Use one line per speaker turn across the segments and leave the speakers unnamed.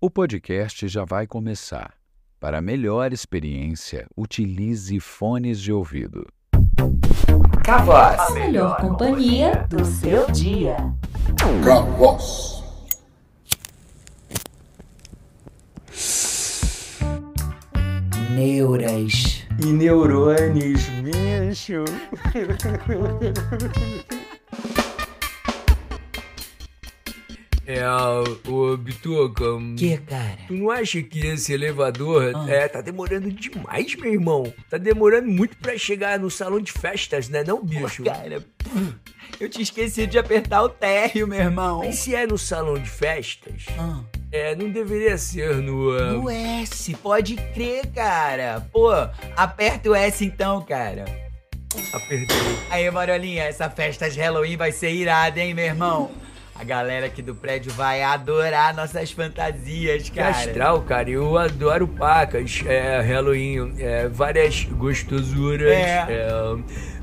O podcast já vai começar. Para melhor experiência, utilize fones de ouvido.
Cavoz.
A melhor companhia do seu dia.
Cavoz. Neuras.
E neurônios, bicho.
É, ô Bituca, hum.
Que, cara?
tu não acha que esse elevador
Ah.
é, tá demorando demais, meu irmão? Tá demorando muito pra chegar no salão de festas, né não, bicho?
Cara, eu te esqueci de apertar o térreo, meu irmão.
Mas se é no salão de festas,
Ah,
é, não deveria ser no... ah,
o S, pode crer, cara. Pô, aperta o S então, cara.
apertei.
Aí, Marolinha, essa festa de Halloween vai ser irada, hein, meu irmão? A galera aqui do prédio vai adorar nossas fantasias, cara.
Astral, cara, eu adoro pacas, é, Halloween, é, várias gostosuras,
É.
é,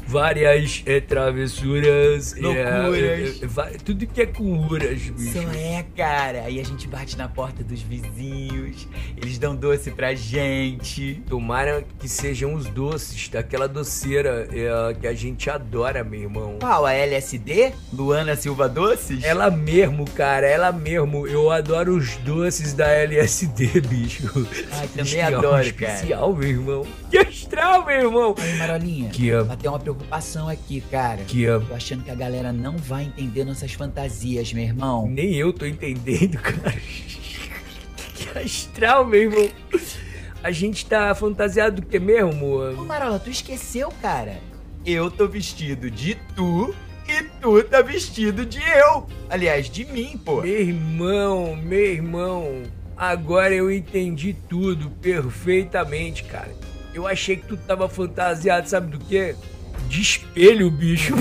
várias é, travessuras, é,
Loucuras.
é, é, va- tudo que é curas, bicho.
Isso é, cara. Aí a gente bate na porta dos vizinhos, eles dão doce pra gente.
Tomara que sejam os doces daquela doceira é, que a gente adora, meu irmão.
Qual, a LSD? Luana Silva Doces?
Ela mesmo, cara, ela mesmo. Eu adoro os doces da LSD, bicho.
Ai, também
Especial,
adoro, cara.
Especial, meu irmão. Que astral, meu irmão.
Aí, Marolinha,
Que, é,
bateu uma preocupação aqui, cara.
que é,
Tô achando que a galera não vai entender nossas fantasias, meu irmão.
nem eu tô entendendo, cara. Que astral, meu irmão. A gente tá fantasiado do que
Ô,
mesmo?
Marola, tu esqueceu, cara? Eu tô vestido de tu e tu tá vestido de eu. Aliás, de mim, pô.
Meu irmão, meu irmão, agora eu entendi tudo perfeitamente, cara. Eu achei que tu tava fantasiado, sabe do quê? De espelho, bicho.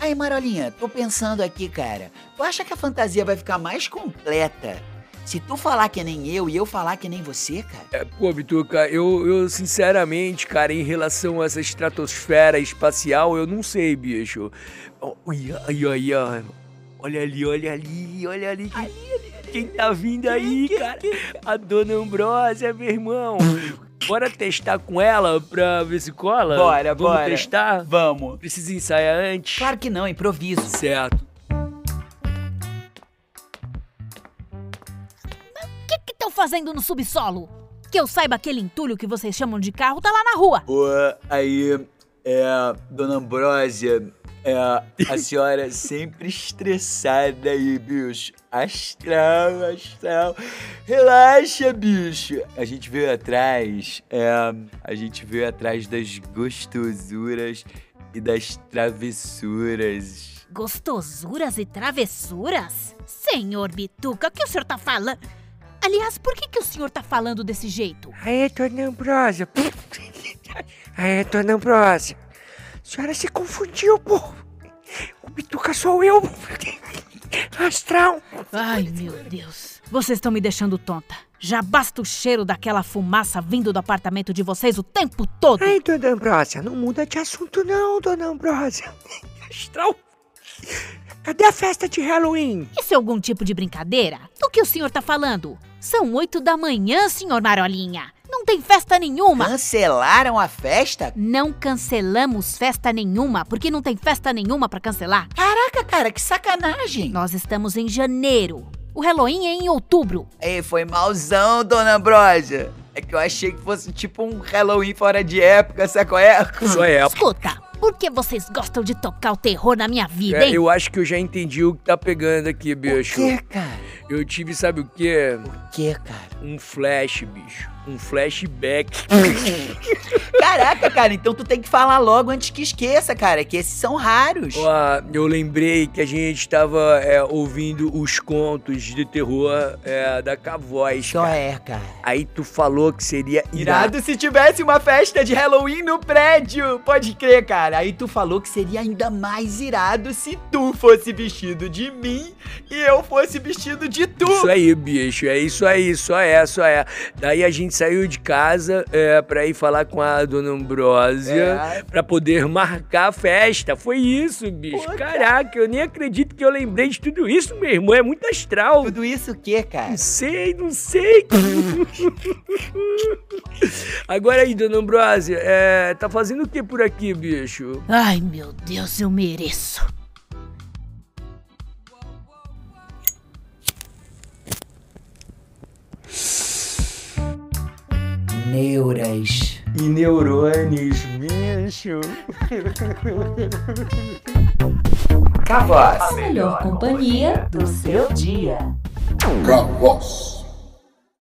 Aí, Marolinha, tô pensando aqui, cara. Tu acha que a fantasia vai ficar mais completa se tu falar que é nem eu e eu falar que nem você, cara?
É, Pô, Bituca, eu, eu sinceramente, cara, em relação a essa estratosfera espacial, eu não sei, bicho. Ó, Olha, olha, olha. Olha ali, olha ali, olha ali. Quem, quem tá vindo aí, cara? A dona Ambrosia, meu irmão. Bora testar com ela pra ver se cola?
Bora,
Vamos
bora.
testar?
Vamos.
Precisa ensaiar antes?
Claro que não, improviso.
Certo.
O que que estão fazendo no subsolo? Que eu saiba, aquele entulho que vocês chamam de carro tá lá na rua.
Pô, aí, é, dona Ambrósia, é, a senhora sempre estressada aí, bicho. Astral, astral. Relaxa, bicho. A gente veio atrás, é, a gente veio atrás das gostosuras e das travessuras.
Gostosuras e travessuras? Senhor Bituca, o que o senhor tá falando? Aliás, por que, que o senhor tá falando desse jeito?
Aê, Dona Ambrosia. Aê, Dona Ambrosia. A senhora se confundiu, pô. O Bituca sou eu. Astral.
Ai, meu Deus. Vocês estão me deixando tonta. Já basta o cheiro daquela fumaça vindo do apartamento de vocês o tempo todo.
Ai, Dona Ambrosia, não muda de assunto não, Dona Ambrosia. Astral. Cadê a festa de Halloween?
Isso é algum tipo de brincadeira? Do que o senhor tá falando? São oito da manhã, senhor Marolinha. Não tem festa nenhuma.
Cancelaram a festa?
Não cancelamos festa nenhuma, porque não tem festa nenhuma pra cancelar.
Caraca, cara, que sacanagem.
Nós estamos em janeiro. O Halloween é em outubro.
Ei, foi malzão, dona Ambrósia. É que eu achei que fosse tipo um Halloween fora de época, sabe qual é?
Só é.
Escuta, por que vocês gostam de tocar o terror na minha vida,
é.
hein?
Eu acho que eu já entendi o que tá pegando aqui, bicho.
cara?
Eu tive, sabe o quê?
O que, cara?
Um flash, bicho. Um flashback.
Caraca, cara, então tu tem que falar logo antes que esqueça, cara, que esses são raros.
Ó, eu lembrei que a gente estava é, ouvindo os contos de terror é, da Cavoz.
Só
cara.
é, cara.
Aí tu falou que seria irado.
se tivesse uma festa de Halloween no prédio, pode crer, cara. Aí tu falou que seria ainda mais irado se tu fosse vestido de mim e eu fosse vestido de tu.
Isso aí, bicho. É isso aí. Só é, só é. Daí a gente saiu de casa é, pra ir falar com a dona Dona Ambrósia
É.
pra poder marcar a festa. Foi isso, bicho. Caraca, eu nem acredito que eu lembrei de tudo isso, meu irmão. É muito astral.
Tudo isso o quê, cara?
Não sei, não sei. Agora aí, Dona Ambrósia, é, tá fazendo o que por aqui, bicho?
Ai, meu Deus, eu mereço.
Neuras.
E neurônios, bicho.
A melhor companhia do seu dia.
Cavoz.